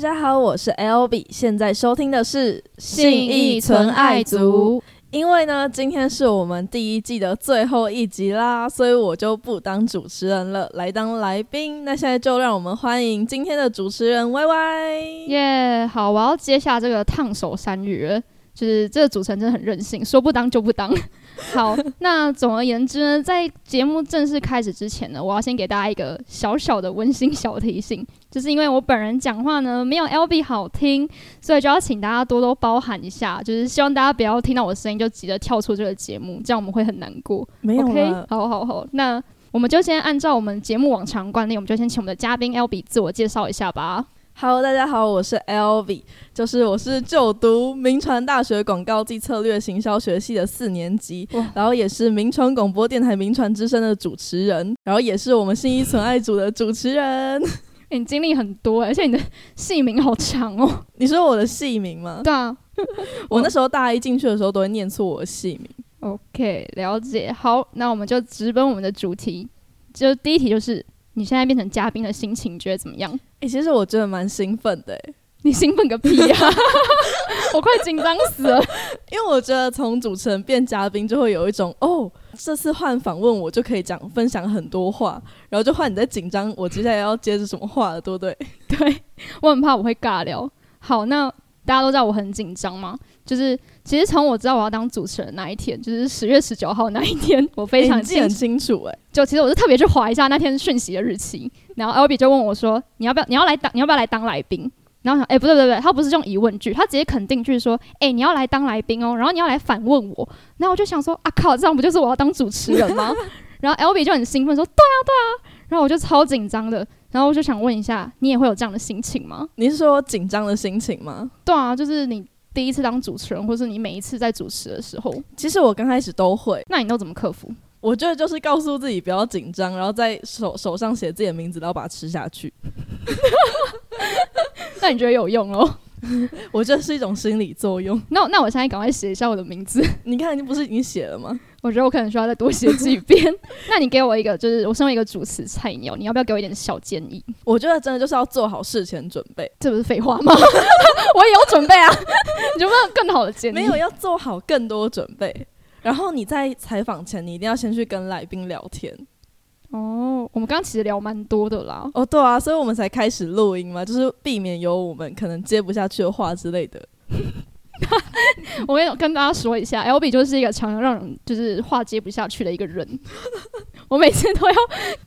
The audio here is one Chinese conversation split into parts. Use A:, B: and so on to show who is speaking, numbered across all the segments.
A: 家好，我是 L B，现在收听的是《》。
B: 族，
A: 因为呢，今天是我们第一季的最后一集啦，所以我就不当主持人了，来当来宾。那现在就让我们欢迎今天的主持人 Y Y。
B: 耶、好，我要接下这个烫手山芋了，就是这个主持人真的很任性，说不当就不当。好，那总而言之呢，在节目正式开始之前呢，我要先给大家一个小小的温馨小提醒，就是因为我本人讲话呢没有 L B 好听，所以就要请大家多多包涵一下，就是希望大家不要听到我的声音就急着跳出这个节目，这样我们会很难过。
A: 没有
B: OK，
A: 了
B: 好好好，那我们就先按照我们节目往常惯例，我们就先请我们的嘉宾 L B 自我介绍一下吧。
A: Hello，大家好，我是 L B，就是我是就读明传大学广告暨策略行销学系的四年级
B: 哇，
A: 然后也是明传广播电台明传之声的主持人，然后也是我们信义存爱组的主持人。
B: 欸你经历很多欸，而且你的姓名好长哦。
A: 你说我的戏名吗？
B: 对啊
A: 我那时候大一进去的时候都会念错我的戏名。
B: ，OK，了解。好，那我们就直奔我们的主题，就第一题就是你现在变成嘉宾的心情，觉得怎么 样？
A: 诶、其实我真的蛮兴奋的、诶
B: 你兴奋个屁呀、 我快紧张死了。
A: 因为我觉得从主持人变嘉宾就会有一种哦，这次换访问我就可以讲分享很多话，然后就换你在紧张，我接下来要接着什么话了，对不对？
B: 对，我很怕我会尬聊。好，那大家都知道我很紧张吗？就是其实从我知道我要当主持人那一天，就是十月十九号那一天，我非
A: 诶
B: 常
A: 哎你记得
B: 清
A: 很
B: 楚。
A: 清楚、诶。
B: 就其实我是特别去划一下那天讯息的日期，然后 L B 就问我说：“你要不要？你要来当？你要不要来当来宾？”然后我想，哎、不对不对不对，他不是用疑问句，他直接肯定句说：“哎、你要来当来宾哦。”然后你要来反问我，然后我就想说：“啊靠，这样不就是我要当主持人吗？” 然后 L B 就很兴奋说：“对啊对啊。”然后我就超紧张的，然后我就想问一下，你也会有这样的心情吗？
A: 你是说紧张的心情吗？
B: 对啊，就是你第一次当主持人，或是你每一次在主持的时候，
A: 其实我刚开始都会，
B: 那你都怎么克服？
A: 我觉得就是告诉自己不要紧张，然后在手手上写自己的名字，然后把它吃下去。
B: 那你觉得有用哦？
A: 我觉得是一种心理作用。
B: 那那我现在赶快写一下我的名字。
A: 你看，你不是已经写了吗？
B: 我觉得我可能需要再多写几遍。 那你给我一个，就是我身为一个主持菜鸟，你要不要给我一点小建议？
A: 我觉得真的就是要做好事前准备，
B: 这不是废话吗？ 我也有准备啊， 你有没有更好的建议？
A: 没有，要做好更多准备。然后你在采访前，你一定要先去跟来宾聊天。
B: 哦，我们刚刚其实聊蛮多的啦。
A: 哦，对啊，所以我们才开始录音嘛，就是避免有我们可能接不下去的话之类的。
B: 我也有跟大家说一下，L B 就是一个常常让人就是话接不下去的一个人， 我每次都要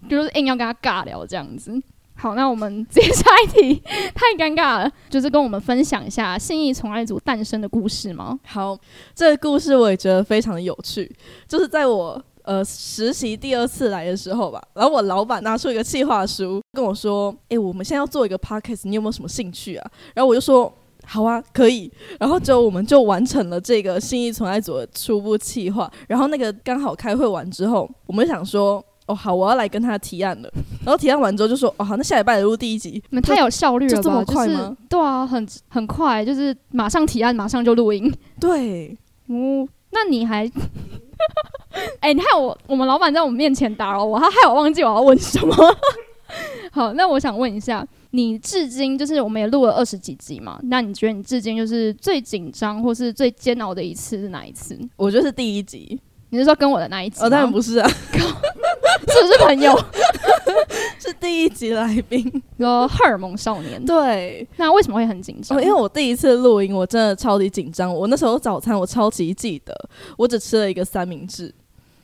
B: 就是硬要跟他尬聊这样子。好，那我们接下一题，太尴尬了，就是跟我们分享一下信义从爱组诞生的故事吗？
A: 好，这个故事我也觉得非常有趣，就是在我呃实习第二次来的时候吧，然后我老板拿出一个企划书跟我说：“诶，我们现在要做一个 podcast，你有没有什么兴趣啊？”然后我就说。好啊，可以。然后就我们就完成了这个信义存爱组的初步企划。然后那个刚好开会完之后，我们就想说，哦，好，我要来跟他提案了。然后提案完之后就说，哦，好，那下礼拜录第一集。
B: 你们太有效率了
A: 就
B: 吧？
A: 这么快
B: 是
A: 吗
B: 对啊，很很快，就是马上提案，马上就录音。
A: 对，
B: 哦，那你还， 哎、你害我，我们老板在我们面前打扰我，他害我忘记我要问什么。 好，那我想问一下，你至今就是我们也录了二十几集嘛？那你觉得你至今就是最紧张或是最煎熬的一次是哪一次？
A: 我觉得是第一集。
B: 你是说跟我的那一集吗？
A: 哦，当然不是啊，
B: 是不是朋友？
A: 是第一集来宾。
B: 说荷尔蒙少年，
A: 对，
B: 那为什么会很紧张？
A: 哦，因为我第一次录音，我真的超级紧张。我那时候早餐我超级记得，我只吃了一个三明治，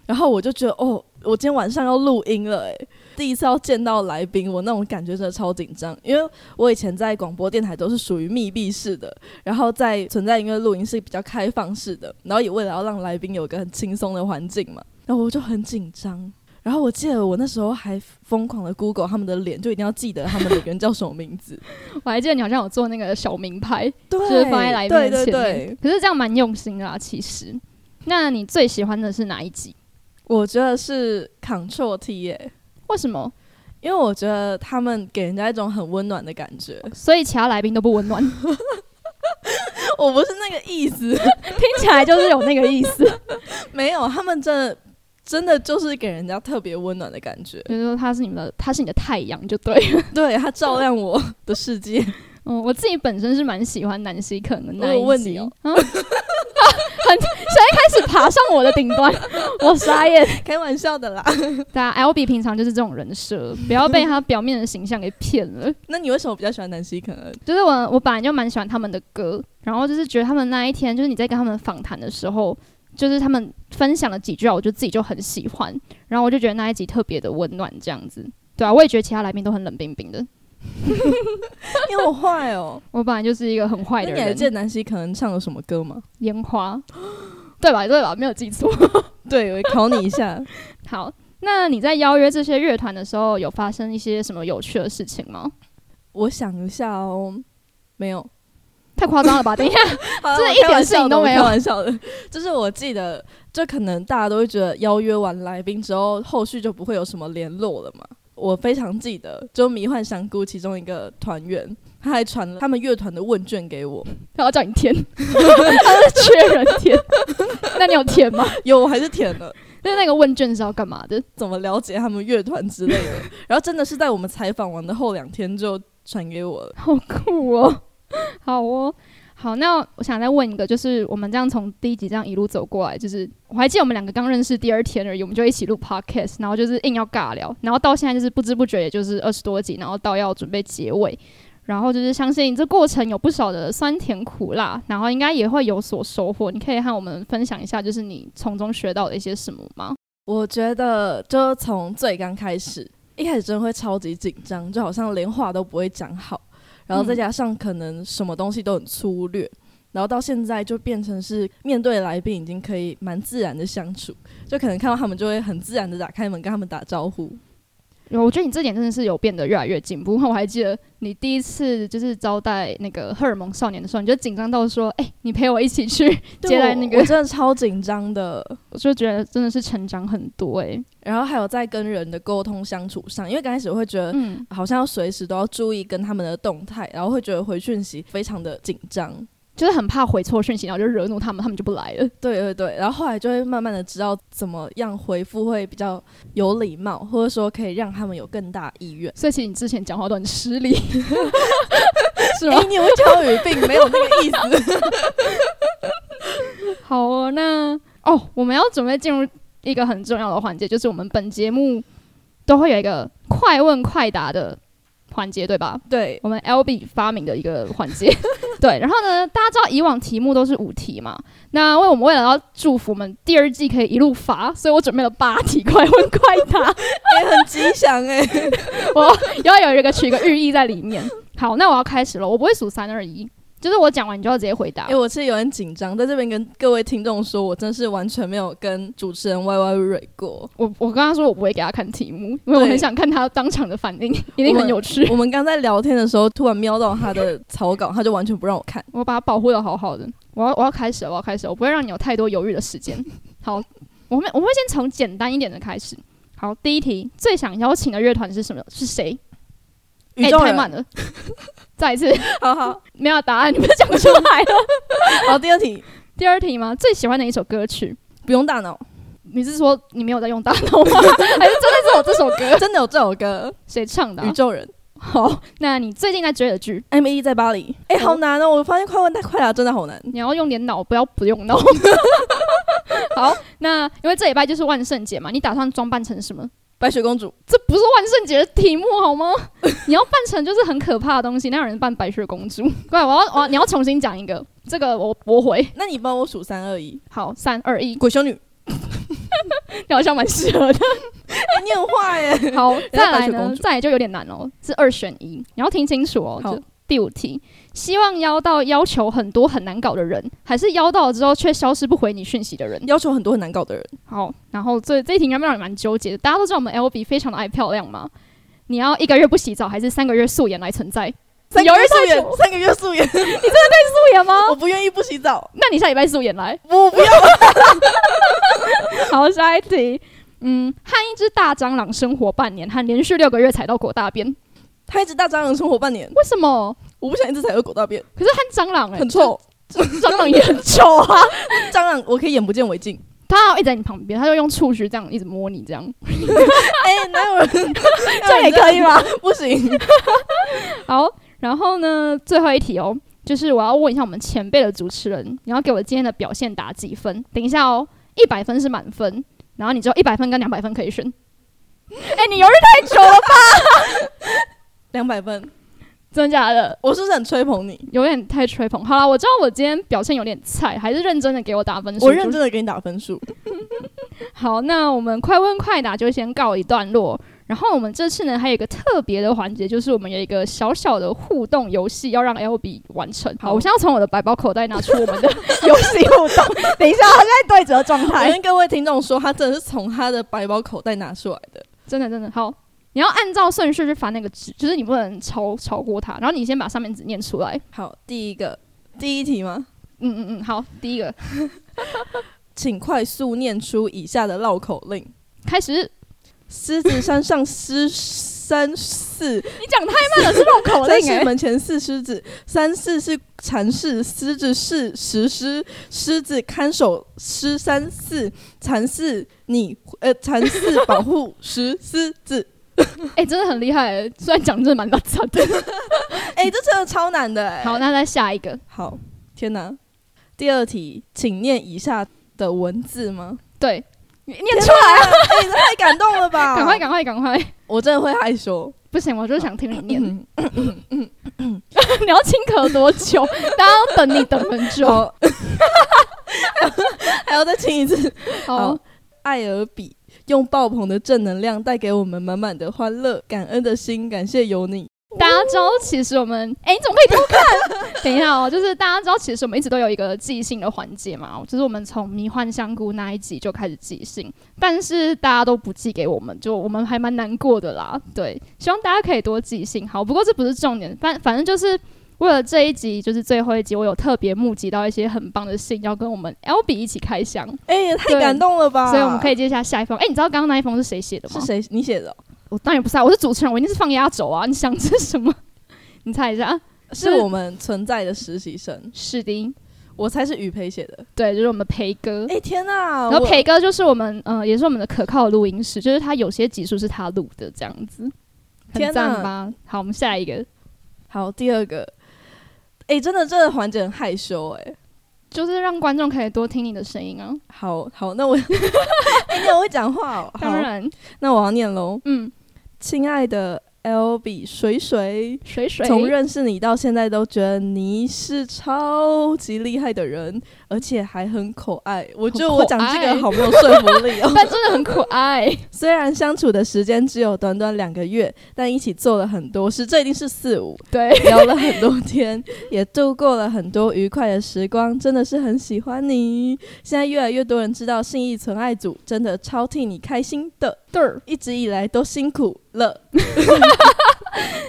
A: 然后我就觉得哦，我今天晚上要录音了，诶，第一次要见到来宾，我那种感觉真的超紧张。因为我以前在广播电台都是属于密闭式的，然后在存在音乐录音是比较开放式的，然后也为了要让来宾有一个很轻松的环境嘛，然后我就很紧张。然后我记得我那时候还疯狂的 Google 他们的脸，就一定要记得他们每个人叫什么名字。
B: 我还记得你好像有做那个小名牌，
A: 对，
B: 就是放在来宾的前面。
A: 对对对，
B: 可是这样蛮用心的啦，其实。那你最喜欢的是哪一集？
A: 我觉得是 Control T 耶、
B: 为什么？
A: 因为我觉得他们给人家一种很温暖的感 觉。
B: 所以其他来宾都不 温暖，听
A: 我不是那个意思，
B: 起来就是有那个意思。
A: 没有，他们真的真的就是给人家特别温暖的 感觉。
B: 就是说他是你们的，他是你的太阳就对了。
A: 对他照亮我的世界。
B: 嗯，我自己本身是蛮喜欢南希肯的那
A: 我
B: 一
A: 有问
B: 集
A: 你
B: 哦， 啊，很谁开始爬上我的顶端， 我傻眼。
A: 开玩笑的啦。
B: 对啊，L B 平常就是这种人设，不要被他表面的形象给骗了。
A: 那你为什么比较喜欢南希肯 恩？
B: 就是我，我本来就蛮喜欢他们的歌，然后就是觉得他们那一天，就是你在跟他们访谈的时候，就是他们分享了几句啊，我就自己就很喜欢，然后我就觉得那一集特别的温暖，这样子。对啊，我也觉得其他来宾都很冷冰冰的。
A: 因为我坏哦。
B: 我本来就是一个很坏
A: 那
B: 的
A: 你还
B: 人
A: 记，得南希肯恩唱了什么歌吗？
B: 烟花，对吧？对吧？没有记错。
A: 对，我考你一 下。
B: 好，那你在邀约这些乐团的时候，有发生一些什么有趣的事情吗？
A: 我想一下哦，没有，
B: 太夸张了 吧！等一下，
A: 好啦
B: 就是
A: 我
B: 一
A: 开玩
B: 点事情
A: 笑的
B: 都
A: 我
B: 没有
A: 开玩笑的，就是我记得，就可能大家都会觉得邀约完来宾之后，后续就不会有什么联络了嘛。我非常记得，就迷幻香菇其中一个团员，他还传了他们乐团的问卷给我，
B: 然后叫你填， 他是缺人填。那你有填吗？
A: 有我还是填了，
B: 那那个问卷是要干嘛的？
A: 怎么了解他们乐团之类的。然后真的是在我们采访完的后两天就传给我了。
B: 好酷哦，好哦，好。那我想再问一个，就是我们这样从第一集这样一路走过来，就是我还记得我们两个刚认识第二天而已，我们就一起录 podcast，然后就是硬要尬聊，然后到现在就是不知不觉也就是二十多集，然后到要准备结尾。然后就是相信这过程有不少的酸甜苦辣，然后应该也会有所收获。你可以和我们分享一下，就是你从中学到的一些什么吗？
A: 我觉得就从最刚开始，一开始真的会超级紧张，就好像连话都不会讲好，然
B: 嗯
A: 后再加上可能什么东西都很粗略，然后到现在就变成是面对来宾已经可以蛮自然的相处，就可能看到他们就会很自然的打开门跟他们打招呼。
B: 有，我觉得你这点真的是有变得越来越进步。 我还记得你第一次就是招待那个荷尔蒙少年的时候，你就紧张到说：“哎、你陪我一起去。
A: 对
B: 接待
A: 我
B: 那个
A: 我真的超紧张的。”
B: 我就觉得真的是成长很多哎、
A: 然后还有在跟人的沟通相处上，因为刚开始我会觉得
B: 嗯，
A: 好像要随时都要注意跟他们的动态，然后会觉得回讯息非常的紧张。
B: 就是很怕回错讯息，然后就惹怒他们，他们就不来了。
A: 对对对，然后后来就会慢慢的知道怎么样回复会比较有礼貌，或者说可以让他们有更大意 愿。
B: 所以其实你之前讲话都很失礼， 是
A: 哎、
B: 吗？
A: 你有教语病，没有那个意思。
B: 好哦，那哦，我们要准备进入一个很重要的环节，就是我们本节目都会有一个快问快答的环节，对吧？
A: 对，
B: 我们 L B 发明的一个环节。 对，然后呢，大家知道以往题目都是五题嘛，那为我们为了要祝福我们第二季可以一路发，所以我准备了八题快问快答，
A: 也、很吉祥哎、
B: 我要有一个取一个寓意在里面。好，那我要开始了，我不会数三二一，就是我讲完你就要直接回答。
A: 哎、我是有点紧张，在这边跟各位听众说，我真是完全没有跟主持人 Y Y 蕊 过。
B: 我我跟他说我不会给他看题目，因为我很想看他当场的反应，一定很有趣。
A: 我们刚在聊天的时候，突然瞄到他的草稿，他就完全不让我看。
B: 我把它保护的好好的。我要我要开始了，我要开始了，我不会让你有太多犹豫的 时间。好，我们我会先从简单一点的开始。好，第一题，最想邀请的乐团是什么？是谁？
A: 宇
B: 哎
A: 宙
B: 太
A: 人，
B: 慢了，再一次，
A: 好好
B: 没有答案，你们讲出 来了。
A: 好，第二题，
B: 第二题吗？最喜欢的一首歌曲？
A: 不用大脑，
B: 你是说你没有在用大脑吗？还 是真的是我这首 歌？
A: 真的有这首 歌，
B: 谁唱的啊、
A: 宇宙人
B: 好，那你最近在追的剧，
A: M E 在巴黎。哎、好难哦！我发现快问快答真的好难。
B: 你要用点脑，不要不 用脑。好，那因为这礼拜就是万圣节嘛，你打算装扮成什么？
A: 白雪公主。
B: 这不是万圣节的题目好吗？ 你要扮成就是很可怕的东西，那有人扮白雪公主。 对，我要我要你要重新讲一个，这个我驳回。
A: 那你帮我数三二一，
B: 好，三二一，
A: 鬼修女，
B: 你好像蛮适合的。
A: 哎你很坏耶！
B: 好，再
A: 白
B: 来
A: 雪公
B: 呢，
A: 主
B: 再来就有点难哦，是二选一，你要听清楚哦。
A: 好
B: 这第五题，希望邀到要求很多很难搞的人，还是邀到了之后却消失不回你讯息的人？
A: 要求很多很难搞的人，
B: 好，然后这这一题应该让你蛮纠结的。大家都知道我们 L B 非常的爱漂亮嘛，你要一个月不洗澡，还是三个月素颜来存在？
A: 三个
B: 有
A: 月
B: 人
A: 素
B: 太
A: 颜，三个月素颜，
B: 素颜吗？
A: 我不愿意不洗澡，
B: 那你下礼拜素颜来。
A: 我不要。
B: 好，下一题。嗯，和一只大蟑螂生活半年，和连续六个月踩到果大便，为
A: 他一直大蟑螂生活半年，
B: 什么？
A: 我不想一直踩到狗大便，
B: 可是和蟑螂、欸，
A: 很，臭。
B: 蟑螂也很臭啊。
A: 蟑螂我可以眼不见为净。
B: 它一直在你旁边，它就用触须这样一直摸你，这样。
A: 哎，哪有人这
B: 样也可以吗？
A: 不行。
B: 好，然后呢，最后一题哦，就是我要问一下我们前辈的主持人，你要给我今天的表现打几分？等一下哦，一百分是满分，然后你只有一百分跟两百分可以选。 哎、你犹豫太久了吧？
A: 两百分，
B: 真的假的？
A: 我是不是很吹捧你？
B: 有点太吹捧。好啦，我知道我今天表现有点菜，还是认真的给我打分数。
A: 我认真的给你打分 数。
B: 好，那我们快问快答就先告一段落。然后我们这次呢，还有一个特别的环节，就是我们有一个小小的互动游戏要让 L B 完成。好，
A: 好
B: 我现在从我的百宝口袋拿出我 们的
C: 游戏互动。等一下，他在对折状
A: 我
C: 态。
A: 跟各位听众说，他真的是从他的百宝口袋拿出来的。
B: 真的真的好，你要按照顺序去翻那个纸，就是你不能超超过它。然后你先把上面纸念出来。
A: 好，第一个，第一题吗？
B: 嗯嗯嗯，好，第一个
A: 请快速念出以下的绕口令：
B: 开始。
A: 狮子山上狮三四，
B: 你讲太慢了，是绕口
A: 三
B: 令哎、
A: 是门前四狮子，三四是禅师，狮子是石狮，狮子看守狮三四，禅寺你呃禅寺保护石狮 子。
B: 哎、真的很厉害、欸，虽然讲真的蛮拉杂的。
A: 哎、这真的超难的哎、
B: 好，那再下一个。
A: 好，天哪！第二题，请念以下的文字吗？
B: 对，你念
A: 天
B: 出
A: 哪，哎、这太感动了 吧！
B: 赶快，赶快，赶快！
A: 我真的会害羞。
B: 不行，我就想听你 念。
A: 嗯
B: 你要清咳多久？ 大家要等你等很久。
A: 好，还要再亲一次。
B: 好
A: 好艾尔比用爆棚的正能量带给我们满满的欢乐、感恩的心，感谢有你。
B: 大家知道，其实我们哎、你怎么可以偷看？ 等一下哦，就是大家知道，其实我们一直都有一个即兴的环节嘛，就是我们从迷幻香菇那一集就开始即兴，但是大家都不寄给我们，就我们还蛮难过的啦。对，希望大家可以多寄兴。好，不过这不是重点，反反正就是。为了这一集，就是最后一集，我有特别募集到一些很棒的信，要跟我们 L B 一起开箱。
A: 哎、也太
B: 对
A: 感动了吧！
B: 所以我们可
A: 以
B: 以接下下一封。哎、你知道刚刚那一封是谁写的吗？
A: 啊是谁你写的哦、
B: 我当然不是啊，我是主持人，我一定是放压轴啊！你想这是什么？ 你猜一下，啊
A: 是我们存在的实习生，
B: 是的，
A: 我猜是雨培写的。
B: 对，就是我们培哥。
A: 哎、天哪！
B: 然后
A: 我
B: 培哥就是我们，呃，也是我们的可靠的录音师，就是他有些集数是他录的，这样子，
A: 天
B: 很赞吧？好，我们下一个
A: 好，第二个，哎、真的这个环节很害羞哎、
B: 就是让观众可以多听你的声音啊。
A: 好好， 那我，哎、你很会讲话哦。
B: 当
A: 好，
B: 然，
A: 那我要念喽。
B: 嗯，
A: 亲爱的 L B 水水，
B: 水水，
A: 从认识你到现在，都觉得你是超级厉害的人，而且还很可爱。我觉得我讲这个好没 有说服力哦。
B: 但真的很可爱。
A: 虽然相处的时间只有短短两个月，但一起做了很多事，这一定是四五，
B: 对，
A: 聊了很多天，也度过了很多愉快的时光，真的是很喜欢你。现在越来越多人知道信义存爱组，真的超替你开心的。
B: 对儿，
A: 一直以来都辛苦 了，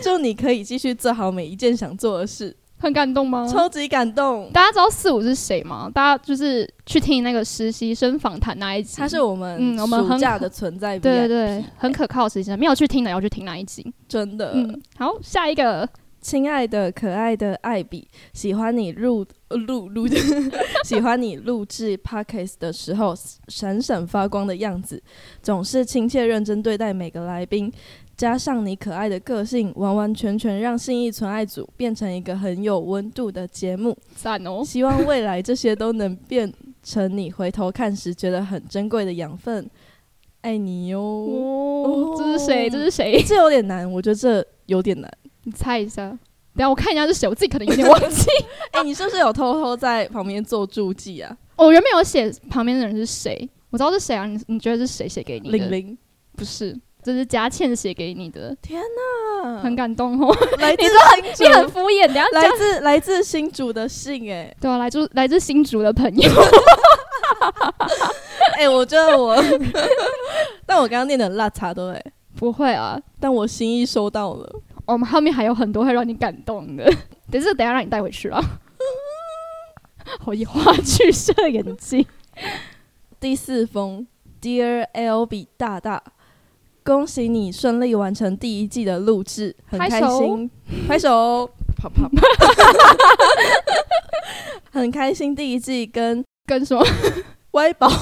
A: 祝你可以继续做好每一件想做的事。
B: 很感动吗？
A: 超级感动。
B: 大家知道四五是谁吗？大家就是去听那个实习生访谈那一集，
A: 他是我们
B: 嗯我们很
A: 暑假的存在 VIP，
B: 对对对，很可靠的实习生，没有去听的要去听那一集。
A: 真的。
B: 嗯，好，下一个
A: 亲爱的、可爱的艾比，喜欢你录呃录录， 喜欢你录制 podcast 的时候闪闪发光的样子，总是亲切认真对待每个来宾，加上你可爱的个性，完完全全让信义纯爱组变成一个很有温度的节目。
B: 赞哦，
A: 希望未来这些都能变成你回头看时觉得很珍贵的养分。爱你哟、
B: 哦，这是谁？这是谁？
A: 这有点难，我觉得这有点难。
B: 你猜一下，等一下我看一下是谁，我自己可能有点忘 记。
A: 哎、你是不是有偷偷在旁边做注记啊？
B: 我哦原本有写旁边的人是谁，我知道是谁啊？你你觉得是谁写给你的？
A: 玲玲，
B: 不是，这是佳倩写给你的，
A: 天哪，
B: 很感动 哦。
A: 来自
B: 你
A: 新
B: 你很
A: 竹，
B: 敷衍，等一下
A: 来
B: 佳
A: 自来自新竹的信、哎
B: 对啊，来自来自新竹的朋友，
A: 哎、我觉得 我，但我刚刚念的辣茶都哎，
B: 不会啊，哦
A: 但我心意收到了。
B: 我们后面还有很多会让你感动的， 但是等一下让你带回去 啊。好以话剧社眼镜，
A: 第四封，Dear L B 大大，恭喜你顺利完成第一季的录制，很
B: 拍
A: 开
B: 手
A: 心，拍手，啪啪啪， 很开心第一季跟
B: 跟什么？
A: 歪宝
B: 歪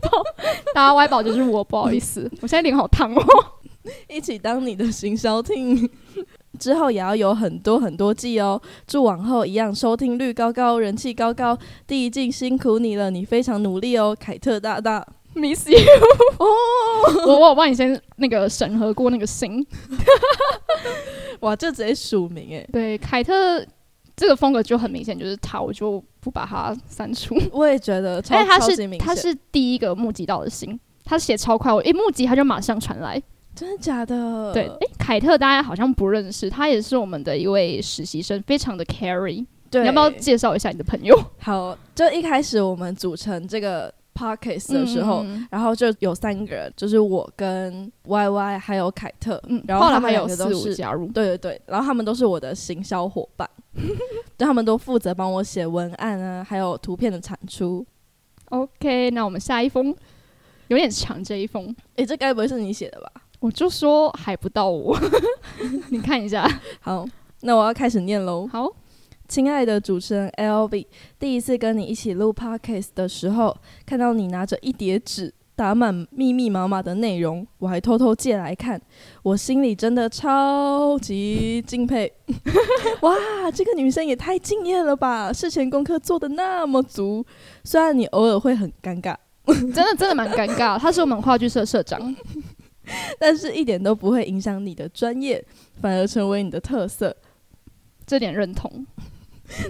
B: 宝， 大家歪宝 就是我，不好意思，我现在脸好烫哦。
A: 一起当你的行销 team。 之后也要有很多很多季哦。祝往后一样收听率高高，人气高高。第一季辛苦你了，你非常努力哦，凯特大大。
B: Miss you 哦，我我有帮你先那个审核过那个心。
A: 哇，这直接署名诶，
B: 对，凯特这个风格就很明显，就是他，我就不把他删除。
A: 我也觉得超
B: 而且哎他
A: 超级
B: 是
A: 明
B: 他
A: 显，
B: 是第一个募集到的信，他写超快，我一募集他就马上传来。
A: 真的假的？
B: 对，诶，凯特大家好像不认识，他也是我们的一位实习生，非常的 carry。
A: 对，
B: 你要不要介绍一下你的朋友？
A: 好，就一开始我们组成这个 podcast 的时候，
B: 嗯
A: 然后就有三个人，就是我跟 Y Y 还有凯特，
B: 嗯，
A: 然后
B: 后来
A: 他们
B: 还有
A: 两个
B: 四
A: 都
B: 五
A: 是
B: 加入，
A: 对对对，然后他们都是我的行销伙伴， 就他们都负责帮我写文案啊，还有图片的产出。
B: OK，那我们下一封有点长，这一封
A: 诶，这该不会是你写的吧？
B: 我就说还不到我， 你看一下。
A: 好，那我要开始念喽。
B: 好，
A: 亲爱的主持人 L V，第一次跟你一起录 podcast 的时候，看到你拿着一叠纸打满密密麻麻的内容，我还偷偷借来看，我心里真的超级敬佩。 哇，这个女生也太敬业了吧！事前功课做的那么足，虽然你偶尔会很尴尬，
B: 真的真的蛮尴尬。他是我们话剧社社长，
A: 但是一点都不会影响你的专业，反而成为你的特色。
B: 这点认同。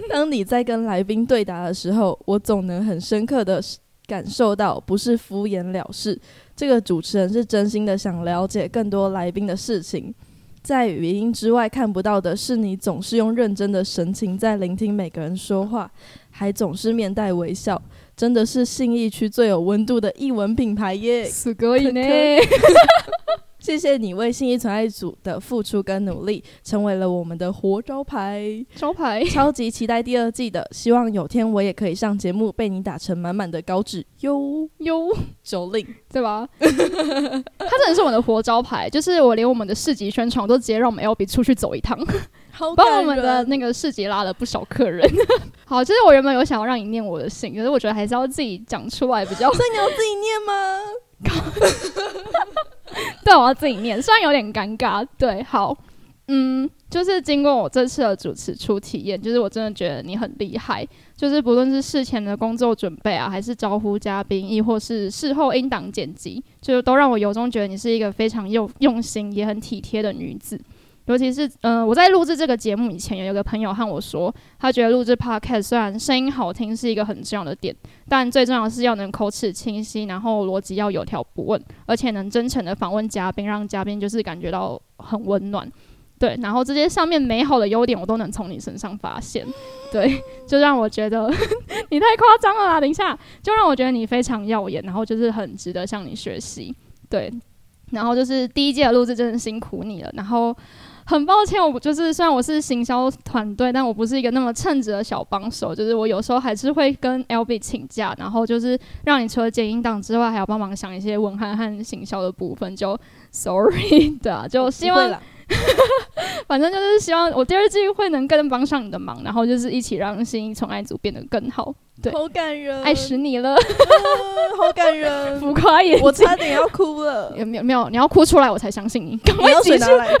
A: 当你在跟来宾对答的时候，我总能很深刻的感受到，不是敷衍了事，这个主持人是真心的想了解更多来宾的事情。在语音之外看不到的是，你总是用认真的神情在聆听每个人说话，还总是面带微笑，真的是信义区最有温度的译文品牌 耶！
B: 死哥以呢？
A: 谢谢你为信义存爱组的付出跟努力，成为了我们的活招牌。
B: 招牌
A: 超级期待第二季的，希望有天我也可以上节目，被你打成满满的高质哟。
B: 哟，
A: 九令，
B: 对吧？ 他真的是我们的活招牌，就是我连我们的市集宣传我都直接让我们 LB 出去走一趟，
A: 好
B: 帮我们 的那个市集拉了不少客人。 好，其实我原本有想要让你念我的信，可是我觉得还是要自己讲出来比较，
A: 所以你要自己念吗？
B: 对，我要自己念，虽然有点尴尬。对，好，嗯，就是经过我这次的主持初体验，就是我真的觉得你很厉害，就是不论是事前的工作准备啊，还是招呼嘉宾，亦或是事后音档剪辑，就是都让我由衷觉得你是一个非常用用心也很体贴的女子。尤其是，呃，我在录制这个节目以前，有一个朋友和我说，他觉得录制 podcast 虽然声音好听是一个很重要的点，但最重要的是要能口齿清晰，然后逻辑要有条不紊，而且能真诚的访问嘉宾，让嘉宾就是感觉到很温暖。对，然后这些上面美好的优点，我都能从你身上发现。对，就让我觉得 你太夸张了啦！等一下，就让我觉得你非常耀眼，然后就是很值得向你学习。对，然后就是第一届的录制真的辛苦你了，然后。很抱歉，我就是虽然我是行销团队，但我不是一个那么称职的小帮手，就是我有时候还是会跟 L B 请假，然后就是让你除了剪音档之外，还要帮忙想一些文案和行销的部分，就 sorry 对啊，就希
A: 不会
B: 望
A: 啦
B: 反正就是希望我第二季会能更帮上你的忙，然后就是一起让新一从爱组变得更好。对
A: 好感人，
B: 爱死你了，
A: 啊好感人，
B: 浮夸眼
A: 我差点要哭了。
B: 也没有没有，你要哭出 来我才相 信你。赶
A: 你
B: 快
A: 要
B: 挤
A: 水
B: 出
A: 拿来，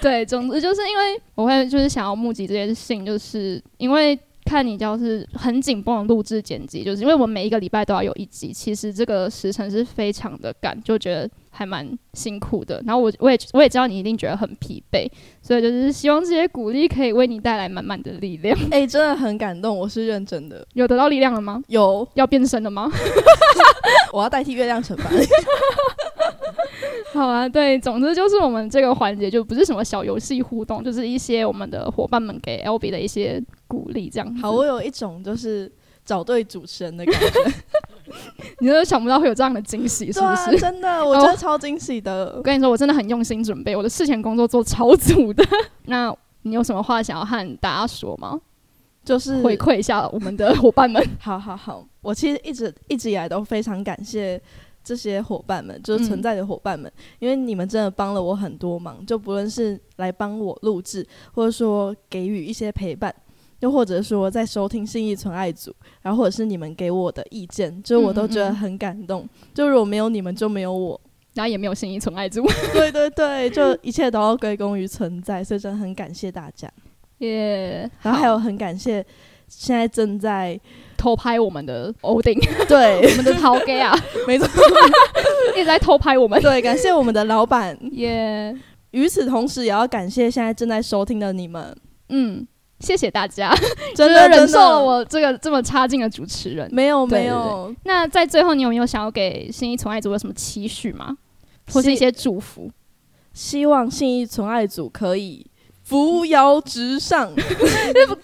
B: 对，总之就是因为我会就是想要募集这件事情，就是因为看你就是很紧绷的录制剪辑，就是因为我们每一个礼拜都要有一集，其实这个时程是非常的赶，就觉得还蛮辛苦的。然后我我也我也知道你一定觉得很疲惫，所以就是希望这些鼓励可以为你带来满满的力量。
A: 哎，真的很感动，我是认真的。
B: 有得到力量了吗？
A: 有，
B: 要变身了吗？
A: 我要代替月亮惩 罚。
B: 好啊，对，总之就是我们这个环节就不是什么小游戏互动，就是一些我们的伙伴们给 L B 的一些鼓励，这样子。
A: 好，哦我有一种就是找对主持人的感 觉，
B: 你都想不到会有这样的惊喜，是
A: 对
B: 不
A: 啊，
B: 是？
A: 真的，
B: 哦
A: 我觉得超惊喜的
B: 我。跟你说，我真的很用心准备，我的事前工作做超足的。 那你有什么话想要和大家说吗？
A: 就是
B: 回馈一下我们的伙伴们。
A: 好好好，我其实一直一直以来都非常感谢这些伙伴们，就是存
B: 嗯
A: 在的伙伴们，因为你们真的帮了我很多忙，就不论是来帮我录制，或者说给予一些陪伴。又或者说，在收听信义存爱组，然后或者是你们给我的意见，就是我都觉得
B: 嗯嗯嗯
A: 很感动。就如果没有你们，就没有我。
B: 然后也没有心意存爱组，
A: 对对对，就一切都要归功于存在，所以真的很感谢大家。
B: 耶、
A: 然后还有很感谢现在正 在
B: 偷拍我们的欧丁，
A: 对
B: 我们的陶给啊，
A: 没错
B: 一直在偷拍我们。
A: 对，感谢我们的老板。
B: 耶、
A: 与此同时，也要感谢现在正在收听的你们，
B: 嗯，谢谢大家，
A: 真
B: 就是
A: 的
B: 忍受了
A: 真的
B: 我这个这么差劲的主持人。
A: 没有
B: 对
A: 没有，
B: 那在最后，你有没有想要给心意从爱组有什么期许吗？或是一些祝 福？
A: 希望信义纯爱组可以扶摇直 上，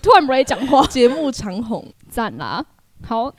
B: 突然不会讲话，
A: 节目长红。
B: 赞啦！ 好，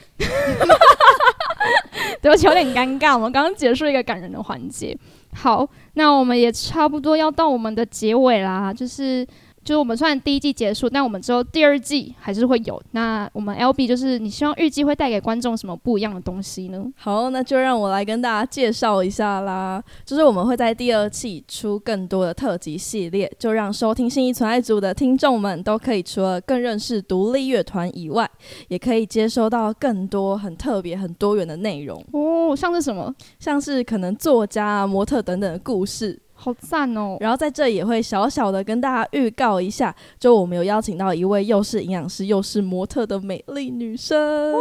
B: 对不起，有点尴尬，我们刚刚结束一个感人的环节。好，那我们也差不多要到我们的结尾啦，就是就是我们虽然第一季结束，但我们之后第二季还是会有。那我们 L B 就是你希望预计会带给观众什么不一样的东西呢？
A: 好，那就让我来跟大家介绍一下啦。就是我们会在第二季出更多的特辑系列，就让收听信义存爱组的听众们都可以除了更认识独立乐团以外，也可以接收到更多很特别、很多元的内容，
B: 哦，像是什么？
A: 像是可能作家啊、模特等等的故事。
B: 好赞哦！
A: 然后在这也会小小的跟大家预告一下，就我们有邀请到一位又是营养师又是模特的美丽女生。
B: 哦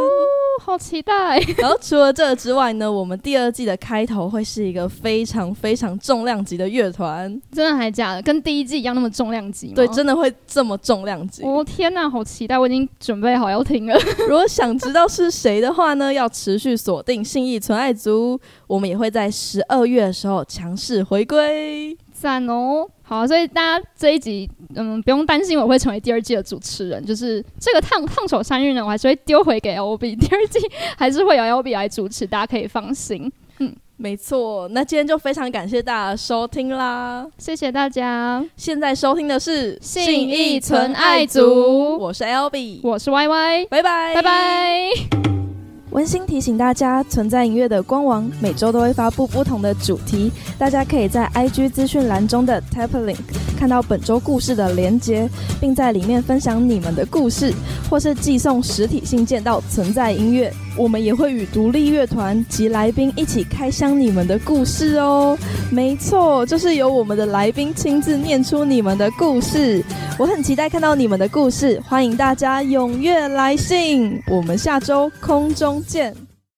B: 好期待！
A: 然后除了这之外呢，我们第二季的开头会是一个非常非常重量级的乐团，
B: 真的还假的？跟第一季一样那么重量级吗？
A: 对，真的会这么重量级。
B: 哦天呐，好期待！我已经准备好要听了。
A: 如果想知道是谁的话呢，要持续锁定信义纯爱族，我们也会在十二月的时候强势回归。
B: 赞哦！好，所以大家这一集，嗯，不用担心我会成为第二季的主持人，就是这个烫烫手山芋呢，我还是会丢回给 L B，第二 季还是会由 L B 来主持，大家可以放心。
A: 没错，那今天就非常感谢大家的收听啦！
B: 谢谢大家，
A: 现在收听的是
B: 信义纯
A: 纯
B: 爱族
A: 我是 L B，
B: 我是 Y Y，
A: 拜拜
B: 拜拜。
A: 温馨提醒大家，存在音乐的官网每周都会发布不同的主题，大家可以在 IG 资讯栏中的 Tap Link 看到本周故事的连接，并在里面分享你们的故事，或是寄送实体信件到存在音乐。我们也会与独立乐团及来宾一起开箱你们的故事哦。没错，就是由我们的来宾亲自念出你们的故事。我很期待看到你们的故事，欢迎大家踊跃来信。我们下周空中见。